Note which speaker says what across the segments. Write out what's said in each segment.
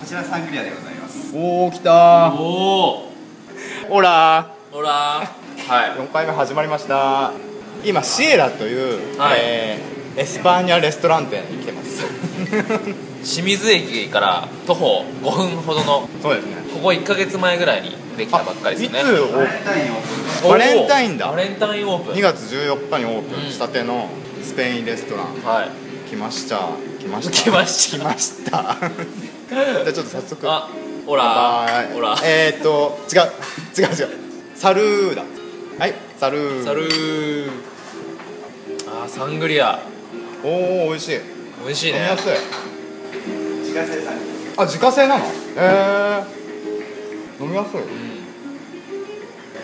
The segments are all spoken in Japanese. Speaker 1: こちらサングリアでございます。
Speaker 2: おお来たー
Speaker 3: おお
Speaker 2: ほら
Speaker 3: ほらはい
Speaker 2: 4回目始まりました今シエラという、
Speaker 3: はい
Speaker 2: えーエスパーニャレストラン店に来てます
Speaker 3: 清水駅から徒歩5分ほどの
Speaker 2: そうですね
Speaker 3: ここ1か月前ぐらいにできたばっかりですね
Speaker 2: いつオ
Speaker 1: バレ
Speaker 2: ー
Speaker 1: ンタインを
Speaker 2: プンバレンタイン
Speaker 3: おー
Speaker 2: だ
Speaker 3: バレンタインオープン
Speaker 2: 2月14日にオープンしたてのスペインレストラン
Speaker 3: はい
Speaker 2: 来ました来ました
Speaker 3: 来ました
Speaker 2: 来ました じゃあちょっと早速
Speaker 3: あほ
Speaker 2: バ
Speaker 3: ら
Speaker 2: イ
Speaker 3: ほら
Speaker 2: えーっと違う違う違うサルーだはいサルー
Speaker 3: サルーあーサングリア
Speaker 2: おお美味しい
Speaker 3: 美味しい
Speaker 2: 飲み
Speaker 3: ね
Speaker 2: やすい
Speaker 1: 自家製サング
Speaker 2: あ自家製なのえー、飲みやすい
Speaker 1: リ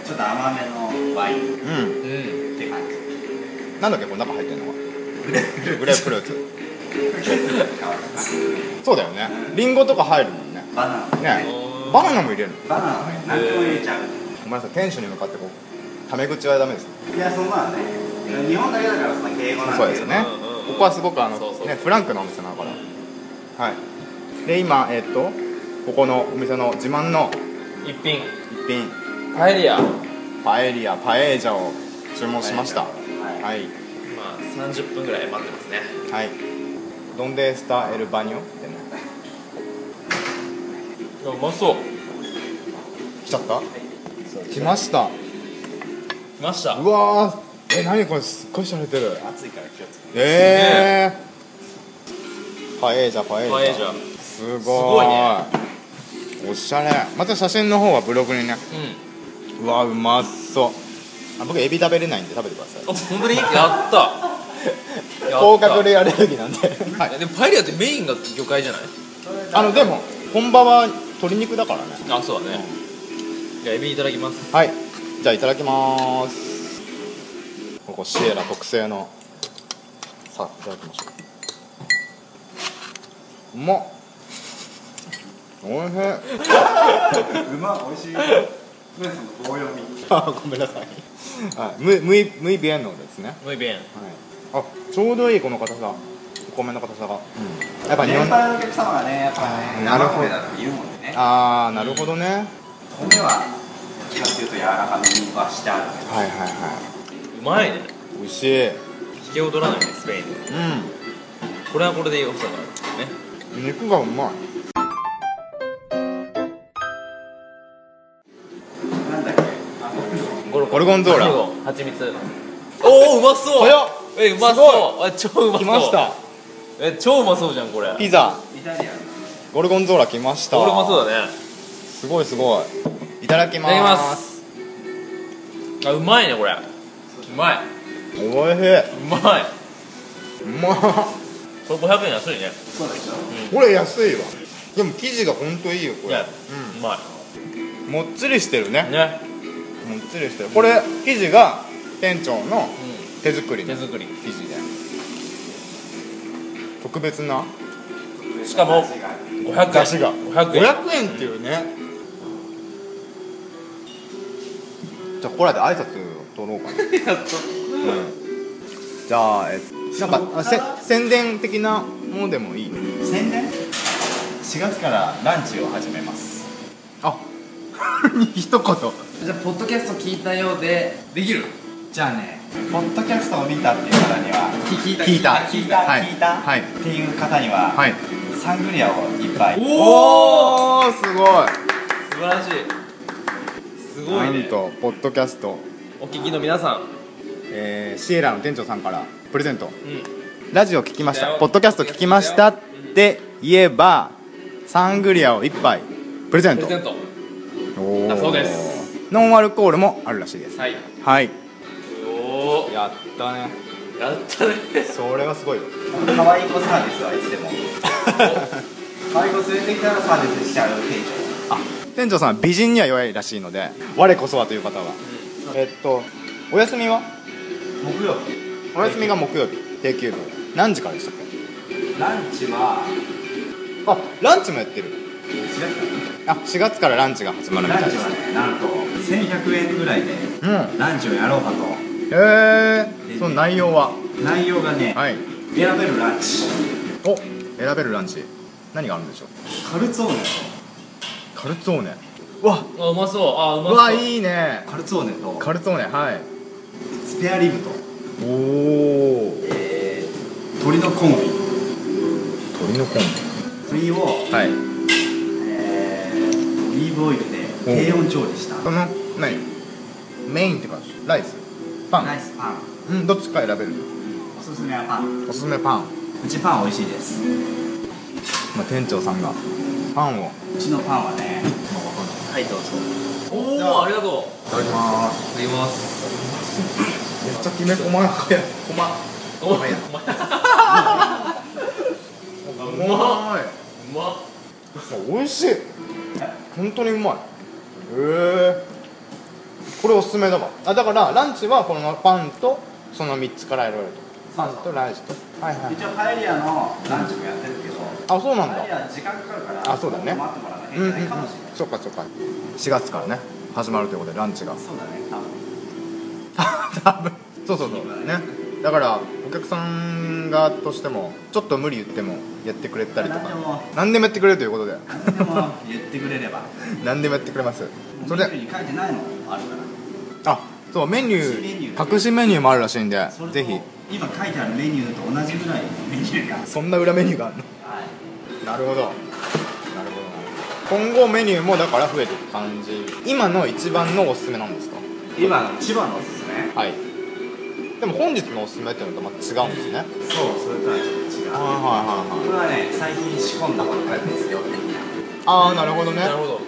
Speaker 1: アちょっと甘めのワイン
Speaker 2: うん
Speaker 3: うん
Speaker 1: って感じ。
Speaker 2: なんだっけこれ中入ってんのは
Speaker 1: グレープフルー
Speaker 2: グレープフルーツ
Speaker 1: ツが変わります。
Speaker 2: そうだよねリンゴとか入るもんね
Speaker 1: バナナ。
Speaker 2: ね
Speaker 3: おー
Speaker 2: バナナも入れるの
Speaker 1: バナナは何でも入れちゃう。
Speaker 2: ごめんなさい店主に向かってこうタメ口はダメです
Speaker 1: いや、そんなのね、日本だけだから、その敬語なん
Speaker 2: そ
Speaker 1: だ
Speaker 2: うで
Speaker 1: け
Speaker 2: す
Speaker 1: ど。
Speaker 2: ね
Speaker 3: うんうんうん
Speaker 2: ここはすごくあの
Speaker 3: そうそう
Speaker 2: ねフランクなお店なのからはいで今えっとここのお店の自慢の
Speaker 3: 一品
Speaker 2: 一品
Speaker 3: パエリアま
Speaker 2: パエリアパエージャを注文しました
Speaker 1: は
Speaker 2: はい
Speaker 3: あ30分ぐらい待ってますね
Speaker 2: はいドンデースタエルバニョってね
Speaker 3: いやうまそう
Speaker 2: 来ちゃった来ました
Speaker 3: 来ました
Speaker 2: うわーえ何これすっごい洒落てる
Speaker 1: い。暑いから気をつけて。
Speaker 2: えー、パエージャパエージャ
Speaker 3: パエリア
Speaker 2: すごい
Speaker 3: すごいね
Speaker 2: おしゃれまた写真の方はブログにね
Speaker 3: う
Speaker 2: うわうまそうあ僕エビ食べれないんで食べてください
Speaker 3: んあ本当にやったやった
Speaker 2: 甲殻類アレルギーなんで、 はい
Speaker 3: やでもパエリアってメインが魚介じゃない
Speaker 2: あのでも本場は鶏肉だからね
Speaker 3: あそうだね、じゃあエビいただきます
Speaker 2: はいじゃあいただきますここシエラ特製のさあいただきましょううまっおいしいう
Speaker 1: ま、美味しい。ね、その棒読み。
Speaker 2: あごめんなさい。はい、む、むい、むいびえんのですね。
Speaker 3: ムイビン
Speaker 2: はい。あ、ちょうどいいこの硬さ。お米の硬さが。やっぱ日
Speaker 1: 年
Speaker 2: 本。
Speaker 1: 配のお客様はね、やっぱね、
Speaker 2: なる
Speaker 1: 生
Speaker 2: ほ
Speaker 1: 米
Speaker 2: ど
Speaker 1: だと言うもんでね。
Speaker 2: ああ、なるほどね。はい
Speaker 1: 米は。どっちかっていうと柔らかめにはしてあるね。
Speaker 2: はいは
Speaker 3: うまいね
Speaker 2: い。美味しい。う
Speaker 3: 引けを取らないねスペインで
Speaker 2: ん。
Speaker 3: これはこれで良さがあるね
Speaker 2: 肉がうまい。
Speaker 1: なんだっけ。あの
Speaker 3: ゴル
Speaker 2: ゴルゴンゾーラ
Speaker 3: ハチミツおおうまそう
Speaker 2: 早っ
Speaker 3: えうます
Speaker 2: ご
Speaker 3: そうあ超うまそう
Speaker 2: 来ました。
Speaker 3: え超うまそうじゃんこれ
Speaker 2: ピザ。
Speaker 1: イタリアン。
Speaker 2: ゴルゴンゾーラ来ました。
Speaker 3: これうまそうだね
Speaker 2: すごいすごい。いただき
Speaker 3: い
Speaker 2: ま。
Speaker 3: ただきますすあうまいねこれうまい
Speaker 2: おいしい。
Speaker 3: うまいう
Speaker 2: まっ。
Speaker 3: これ500円安いね
Speaker 1: そうでしょ
Speaker 2: これ安いわ。でも生地が本当いいよ、こ
Speaker 3: い
Speaker 2: れ
Speaker 3: や。うま
Speaker 2: うん。もっちりしてるね
Speaker 3: い。ね
Speaker 2: もっちりしてる。これ、生地が店長の手作り
Speaker 3: 手
Speaker 2: の
Speaker 3: 作り
Speaker 2: 生地で特別な
Speaker 3: しかも
Speaker 1: 味がある
Speaker 3: 500円
Speaker 2: 出汁が
Speaker 3: 500円
Speaker 2: 円っていうね、じゃあここらで挨拶を取ろうかな、
Speaker 3: やっ
Speaker 2: じゃあえっとなんかあせ宣伝的なものでもいい
Speaker 1: 宣伝4月からランチを始めます
Speaker 2: あ 一言
Speaker 1: じゃあポッドキャスト聞いたようで
Speaker 3: できる
Speaker 1: じゃあねポッドキャストを見たっていう方には聞
Speaker 2: 聞いた
Speaker 1: 聞いた
Speaker 2: はい
Speaker 1: 聞いた、
Speaker 2: はい
Speaker 1: っていう方には、
Speaker 2: はい
Speaker 1: サングリアをいっぱい
Speaker 3: おお
Speaker 2: おーすごい
Speaker 3: 素晴らしいすごい
Speaker 2: な
Speaker 3: ね
Speaker 2: んとポッドキャスト、
Speaker 3: お聞きの皆さん
Speaker 2: えーシエラの店長さんからプレゼント
Speaker 3: うん
Speaker 2: ラジオ聞きまし
Speaker 3: だ
Speaker 2: た
Speaker 3: よ
Speaker 2: ポッドキャスト聞きましたって言えばサングリアを一杯プレゼン
Speaker 3: プレ
Speaker 2: ト
Speaker 3: ゼント
Speaker 2: おー
Speaker 3: だそうです
Speaker 2: ノンアルコールもあるらしいです
Speaker 3: はい
Speaker 2: はい
Speaker 3: おお
Speaker 2: やったね
Speaker 3: やったね
Speaker 2: それはすごいよ
Speaker 1: 可愛い子サービスはいつでも可愛い子連れてきたらサービスしちゃう店
Speaker 2: あ店長さんは美人には弱いらしいので我こそはという方はえっとお休みは
Speaker 1: 長木曜
Speaker 2: お休みが木曜日定休日何時からでしたっけ
Speaker 1: ランチは
Speaker 2: あランチもやってる
Speaker 1: 4月
Speaker 2: あ4月からランチが始まるみ
Speaker 1: ラ
Speaker 2: た
Speaker 1: ン
Speaker 2: い
Speaker 1: チ
Speaker 2: です
Speaker 1: はねなんと1100円ぐらいで
Speaker 2: うん
Speaker 1: ランチをやろうかと
Speaker 2: えー、その内容は
Speaker 1: 内容がね、
Speaker 2: はい
Speaker 1: 選べるランチ
Speaker 2: お選べるランチ何があるんでしょう
Speaker 1: カルツォーネ
Speaker 2: カルツォーネわ
Speaker 3: あうまそうあうまそう
Speaker 2: わいいね
Speaker 1: カルツォーネと
Speaker 2: カルツォーネはい
Speaker 1: スペアリブと、
Speaker 2: おお
Speaker 1: えー、鶏のコンビ
Speaker 2: 鶏のコン
Speaker 1: 鶏を、
Speaker 2: ビはい
Speaker 1: えー、オリーブオイルで低温調理した
Speaker 2: その何メインってかライスパン
Speaker 1: ナイスパン
Speaker 2: うんどっちか選べる
Speaker 1: おすすめはパン
Speaker 2: おすすめパン、
Speaker 1: うちパン美味しいです
Speaker 2: まあ、店長さんがパンを
Speaker 1: うちのパンはねもうわかんない
Speaker 3: はいどうぞおおありがとう
Speaker 2: いただきます
Speaker 3: すいます
Speaker 2: めっちゃきめ細やかや細
Speaker 3: おお
Speaker 2: ごめん
Speaker 3: う
Speaker 2: う
Speaker 3: ま
Speaker 2: まいう
Speaker 3: ま
Speaker 2: 美味しい本当にうまいへえこれおすすめだわあだからランチはこのパンとその3つから選べるとパンとライスとはいは
Speaker 1: 一応パエリアのランチもやってるけど
Speaker 2: あそうなん
Speaker 1: パエリ
Speaker 2: だ
Speaker 1: ア時間かかるから
Speaker 2: あそうだね
Speaker 1: もっと待ってもらわなきゃ
Speaker 2: うんうん
Speaker 1: いうけない
Speaker 2: ん
Speaker 1: かもしれない、
Speaker 2: そっかそっか4月からね始まるということでランチが
Speaker 1: そうだね多分
Speaker 2: 多分そうそうそうねだからお客さんがとしてもちょっと無理言ってもやってくれたりとか
Speaker 1: 何でも
Speaker 2: 何でもやってくれるということで
Speaker 1: 何でも言ってくれればも
Speaker 2: 何でもやってくれます
Speaker 1: う
Speaker 2: それ
Speaker 1: メ
Speaker 2: で
Speaker 1: ニューに書いてないのあるから
Speaker 2: あそうメニ
Speaker 1: 隠しメニュ
Speaker 2: ュー隠しメニューもあるらしいんで
Speaker 1: それと
Speaker 2: ぜひ
Speaker 1: 今書いてあるメニューと同じぐらいのメニューが
Speaker 2: そんな裏メニューがあるの
Speaker 1: はい
Speaker 2: なるほどなるほど今後メニューもだから増えていく感じ今の一番のおすすめなんですか
Speaker 1: 今千葉のおすすめ
Speaker 2: はいでも本日のおすすめっていうのとまた違うんですねはい
Speaker 1: そうそれとはちょっと違う
Speaker 2: はいはい
Speaker 1: これはね最近仕込んだばっかりですよ
Speaker 2: ああなるほどね
Speaker 3: なるほど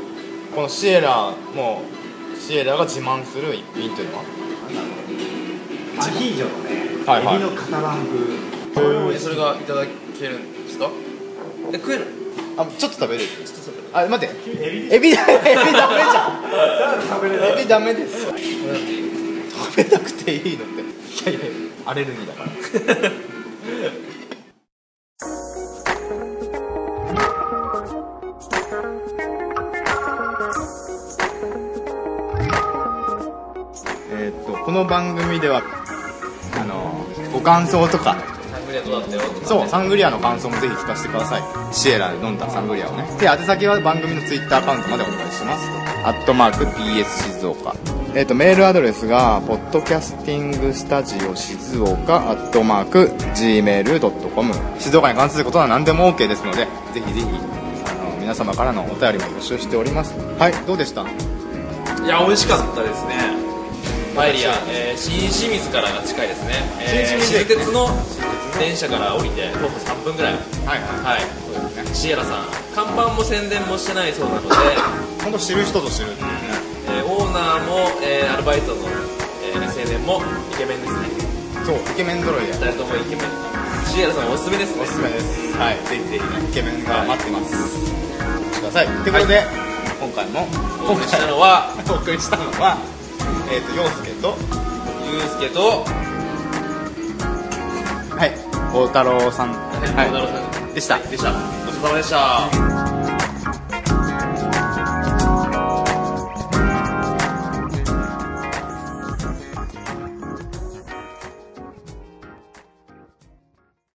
Speaker 2: このシエラもシエラが自慢する一品というのは
Speaker 1: アヒージョのね、
Speaker 2: はいはい
Speaker 1: エビの型番風
Speaker 3: これをそれがいただけるんですかえ食える
Speaker 2: あちょっと食べる
Speaker 3: ちょっとそれ
Speaker 2: あ待って
Speaker 1: エビ
Speaker 2: エビエビダメじゃ
Speaker 1: 食べれ
Speaker 2: んエビダメです
Speaker 3: これなんていい
Speaker 2: 食べなくていいのっていやいやアレルギーだからえーっとこの番組ではあのご感想とか
Speaker 3: サングリアどうだったよとかね
Speaker 2: そうサングリアの感想もぜひ聞かせてくださいシエラで飲んだサングリアをねで宛先は番組のツイッターアカウントまでお願いしますアットマーク PS 静岡えっ、とメールアドレスがポッドキャスティングスタジオ静岡アットマーク Gmail.com 静岡に関することは何でも OK ですのでぜひぜひあの皆様からのお便りも募集しておりますはいどうでした
Speaker 3: いや美味しかったですねパエリア、えー新清水からが近いですね、え
Speaker 2: 新清
Speaker 3: ー、静
Speaker 2: 水駅
Speaker 3: 鉄の電車から降りて徒歩3分ぐらい
Speaker 2: はいは
Speaker 3: はいシエラさん看板も宣伝もしてないそうなので、
Speaker 2: い本当知る人ぞ知るっていうね
Speaker 3: えーオーナーも、えーアルバイトの、えー青年もイケメンですね
Speaker 2: そうイケメン揃いで
Speaker 3: 2人ともイケメンシエラさんおすすめですね
Speaker 2: おすすめですはいぜひぜひねイケメンが待ってます、お待ちくださいということで、今回も
Speaker 3: お送りしたのは
Speaker 2: お送りしたのはえっ、と陽介と
Speaker 3: ユうスケと
Speaker 2: はい孝太郎さん、
Speaker 3: 中島太郎さん
Speaker 2: でした
Speaker 3: でしたごちそうさまでした